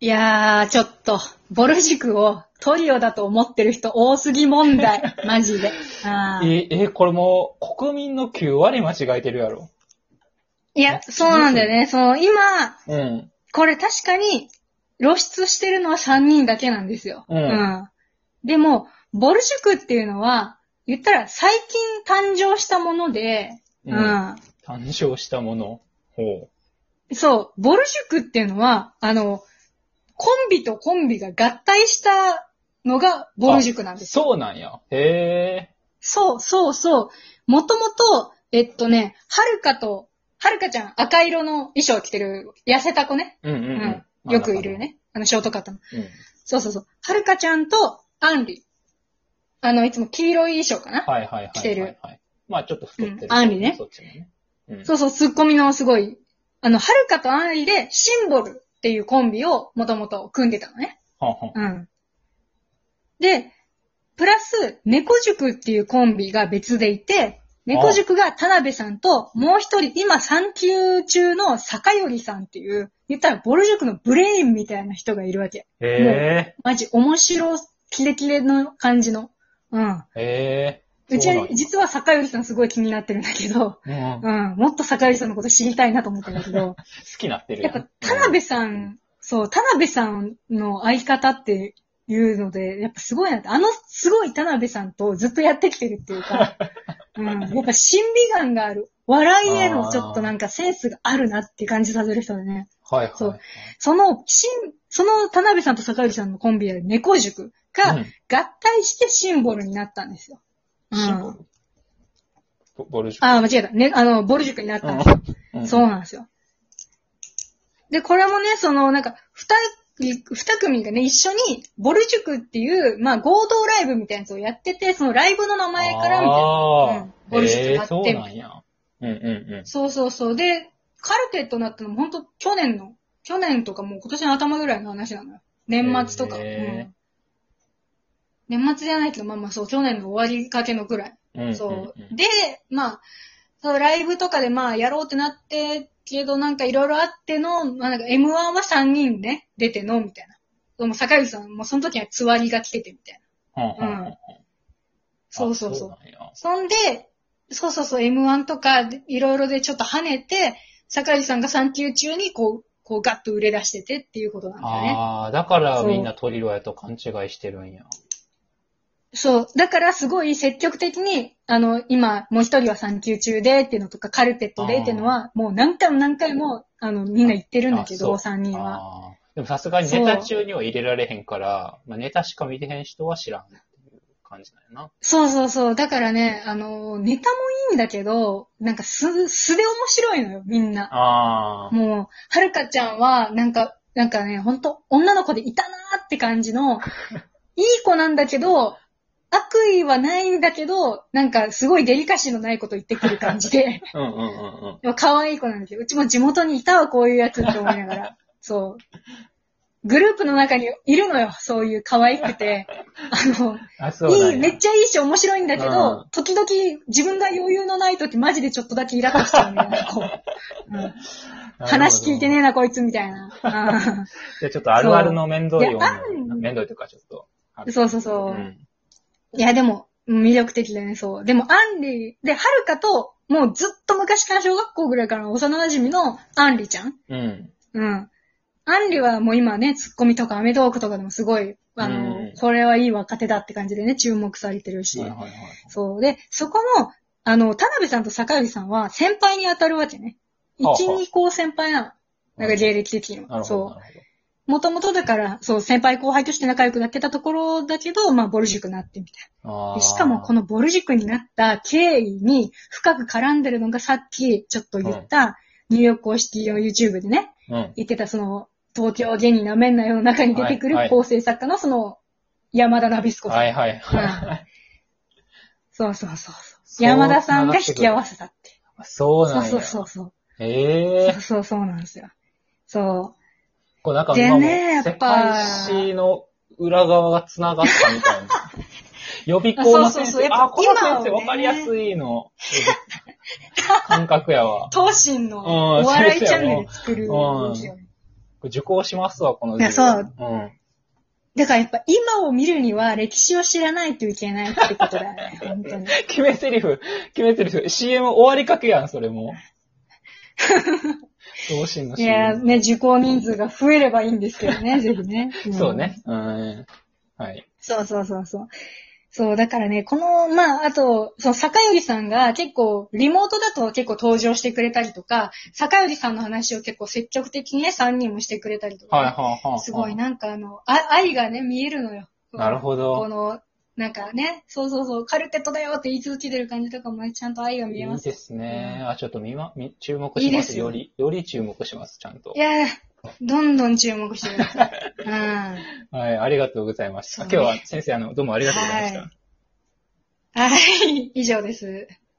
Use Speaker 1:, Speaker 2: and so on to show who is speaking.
Speaker 1: いやー、ちょっと、ぼる塾をトリオだと思ってる人多すぎ問題。マジで。あー
Speaker 2: え、え、これもう、国民の9割間違えてるやろ。
Speaker 1: いや、そうなんだよね。その、今、
Speaker 2: うん。
Speaker 1: これ確かに露出してるのは3人だけなんですよ。
Speaker 2: うん
Speaker 1: でも、ボル塾っていうのは、言ったら最近誕生したもので、うん。
Speaker 2: 誕生したもの。ほ
Speaker 1: そう、ボル塾っていうのは、あの、コンビとコンビが合体したのがボル塾なん
Speaker 2: う。
Speaker 1: ですよ。
Speaker 2: そうなんや。へ
Speaker 1: そう、そう、そう。もともと、えっとね、はるかと、はるかちゃん赤色の衣装着てる痩せた子ね。
Speaker 2: え。うんうんうん。
Speaker 1: うん、よくいるよね。あの、ショートカットの。
Speaker 2: 真ん中の。うん。
Speaker 1: そうそうそう。はるかちゃんと、アンリ。あの、いつも黄色い衣装かな、
Speaker 2: はいはいはいはい、はい。
Speaker 1: 来てる。
Speaker 2: まあちょっと太ってる。
Speaker 1: うんあんりね
Speaker 2: そっちもね。うん。
Speaker 1: そうそう、ツッコミのすごい、あの、はるかとアンリで、シンボルっていうコンビをもともと組んでたのね。
Speaker 2: はんはん
Speaker 1: うん。で、プラス、猫塾っていうコンビが別でいて、猫塾が田辺さんと、もう一人、今産休中の坂寄さんっていう、言ったらボル塾のブレインみたいな人がいるわけ。
Speaker 2: へえ。
Speaker 1: マジ面白、キレキレの感じの。うん。
Speaker 2: へえ。
Speaker 1: うち
Speaker 2: そうなん
Speaker 1: は
Speaker 2: や、
Speaker 1: 実は坂寄さんすごい気になってるんだけど、
Speaker 2: うん
Speaker 1: う。ん、もっと坂寄さんのこと知りたいなと思ってんだけど、
Speaker 2: 好きになってる
Speaker 1: やっ
Speaker 2: やん。
Speaker 1: ぱ田辺さん、そう、田辺さんの相方っていうので、やっぱすごいなって、あのすごい田辺さんとずっとやってきてるっていう か、うん、やっぱ審美眼がある。笑いへのちょっとなんかセンスがあるなって感じさせる人でね。
Speaker 2: うん。はいはい。
Speaker 1: そうその、しん、その田辺さんと坂寄さんのコンビである猫塾が
Speaker 2: う
Speaker 1: 合
Speaker 2: ん
Speaker 1: 体してシンボルになったんですよ。うん
Speaker 2: シンボル。ボボルジュ。
Speaker 1: ああ、間違えた。ね、あの、ボル塾になったんですよ。
Speaker 2: うん、うん
Speaker 1: そうなんですよ。で、これもね、その、なんか、二人、二組がね、一緒に、ボル塾っていう、まあ、合同ライブみたいなやつをやってて、そのライブの名前からみたいな。う
Speaker 2: あ
Speaker 1: ん
Speaker 2: あ、
Speaker 1: ボルジュ
Speaker 2: へえ
Speaker 1: 使って
Speaker 2: そうなんや。うんうんうん。
Speaker 1: そうそうそう。で、カルテットになったのも、本当去年の、去年とかもう今年の頭ぐらいの話なのよ。年末とか。う
Speaker 2: へー
Speaker 1: ん、年末じゃないけど、まあまあそう、去年の終わりかけのぐらい。
Speaker 2: うんうん
Speaker 1: そう。で、まあ、そのライブとかでまあやろうってなって、けどなんかいろいろあっての、まあなんか M1 は3人ね、出ての、みたいな。でも坂口さんもその時はつわりが来ててみたいな。
Speaker 2: うんうんう
Speaker 1: うん
Speaker 2: ん。
Speaker 1: そうそうそう。
Speaker 2: あなんや
Speaker 1: そんで、そうそうそう、M1 とかいろいろでちょっと跳ねて、坂口さんが産休中にこう、こうガッと売れ出しててっていうことなんだよね。
Speaker 2: ああ、だから
Speaker 1: そう
Speaker 2: みんなトリロやと勘違いしてるんや。
Speaker 1: そう。だから、すごい積極的に、あの、今、もう一人は産休中でっていうのとか、カルテットでっていうのは、もう何回も何回も、あの、みんな言ってるんだけど、
Speaker 2: あそう
Speaker 1: 3人は。
Speaker 2: あーでもさすがにネタ中には入れられへんから、まあ、ネタしか見てへん人は知らんっていう感じなんやな。
Speaker 1: そうそうそう。だからね、あの、ネタもいいんだけど、なんかす、素で面白いのよ、みんな。
Speaker 2: ああ。
Speaker 1: もう、はるかちゃんは、なんか、なんかね、ほんと、女の子でいたなーって感じ の、いい子なんだけど、悪意はないんだけど、なんか、すごいデリカシーのないこと言ってくる感じで。
Speaker 2: うんうんうんうん。
Speaker 1: でも可愛い子なんですよ。うちも地元にいたわ、こういうやつって思いなが ら。そう。グループの中にいるのよ、そういう可愛くて。あの、
Speaker 2: あ、そうなん
Speaker 1: い
Speaker 2: や
Speaker 1: い、めっちゃいいし面白いんだけど、
Speaker 2: う
Speaker 1: 時々自分が余裕のない時マジでちょっとだけイラッとしちゃうみたいな、こ う。うん話聞いてねえな、こいつみたいな。
Speaker 2: じゃあちょっとあるあるの面倒いよ
Speaker 1: いやあん
Speaker 2: 面倒いというかちょっと。
Speaker 1: うんそうそうそう。
Speaker 2: ん。
Speaker 1: いや、でも、うん魅力的だね、そう。でも、アンリで、はるかと、もうずっと昔から小学校ぐらいからの幼馴染のアンリちゃん
Speaker 2: うん。
Speaker 1: うん。アンリはもう今ね、ツッコミとかアメトークとかでもすごい、あの、
Speaker 2: うん
Speaker 1: これはいい若手だって感じでね、注目されてるし。
Speaker 2: はいはいはい。
Speaker 1: そう。で、そこの、あの、田辺さんと坂寄さんは先輩に当たるわけね。一、
Speaker 2: はあはあ
Speaker 1: 二個先輩なの。なんか芸歴的に
Speaker 2: な
Speaker 1: は。
Speaker 2: るほど。
Speaker 1: そ
Speaker 2: なるほど
Speaker 1: う。もともとだから、そう、先輩後輩として仲良くなってたところだけど、まあ、ボル塾になってみたい
Speaker 2: あ
Speaker 1: な。
Speaker 2: ー
Speaker 1: でしかも、このボル塾になった経緯に深く絡んでるのがさっきちょっと言った、ニューヨーク公式を YouTube でね、
Speaker 2: うん。
Speaker 1: 言ってた、その、東京芸人なめんなよの中に出てく
Speaker 2: はいは
Speaker 1: る
Speaker 2: い
Speaker 1: 構成作家のその、山田ナビスコさん。
Speaker 2: はいはい
Speaker 1: うん
Speaker 2: はい。
Speaker 1: そうそうそうそう。
Speaker 2: そう
Speaker 1: 山田さんが引き合わせたって。
Speaker 2: そう
Speaker 1: そ
Speaker 2: な
Speaker 1: うん
Speaker 2: や。
Speaker 1: そうそうそう。
Speaker 2: ええ
Speaker 1: そうそうそうなんですよ。そ
Speaker 2: こうなんか
Speaker 1: で
Speaker 2: 今もう
Speaker 1: ねや
Speaker 2: 世
Speaker 1: っぱ
Speaker 2: 界史の裏側が繋がったみたい な。予備校の
Speaker 1: そうそうそう
Speaker 2: 先生、
Speaker 1: やっぱ
Speaker 2: あ、この先生
Speaker 1: 今をね
Speaker 2: わかりやすいの。 感覚やわ
Speaker 1: う。。東進の
Speaker 2: うん
Speaker 1: お笑いチャンネル作る
Speaker 2: うん
Speaker 1: ですよね。
Speaker 2: これ受講しますわ、この
Speaker 1: いやそう
Speaker 2: うん。
Speaker 1: だからやっぱ今を見るには歴史を知らないといけないってことだよね、本当に。
Speaker 2: 決め台詞、決め台詞、CM 終わりかけやん、そ れも。同心の
Speaker 1: いや、
Speaker 2: CM。
Speaker 1: ね、受講人数が増えればいいんですけどね、ぜひね。ん
Speaker 2: そうね。うん。はい。
Speaker 1: そうそうそうそう。そう、だからね、この、まあ、あと、その、坂寄さんが結構、リモートだと結構登場してくれたりとか、坂寄さんの話を結構積極的にね、3人もしてくれたりとか、
Speaker 2: はい、はい、はい。
Speaker 1: すごい、。なんかあの、あ愛がね、見えるのよ。
Speaker 2: なるほ
Speaker 1: こ
Speaker 2: ど。
Speaker 1: の、なんかね、そうそうそう、カルテットだよって言い続けてる感じとかもね、ちゃんと愛が見
Speaker 2: い
Speaker 1: えま
Speaker 2: い
Speaker 1: す。い
Speaker 2: ですね。あ、ちょっと見ま、見注目します
Speaker 1: いいですよ
Speaker 2: より、より注目します、ちゃんと。
Speaker 1: やー、どんどん注目してく ださい。うん。
Speaker 2: はい、ありがとうございました。
Speaker 1: そう
Speaker 2: 今
Speaker 1: ね
Speaker 2: 日は先生、あの、どうもありがとうございまし
Speaker 1: は
Speaker 2: た。
Speaker 1: はい、以上です。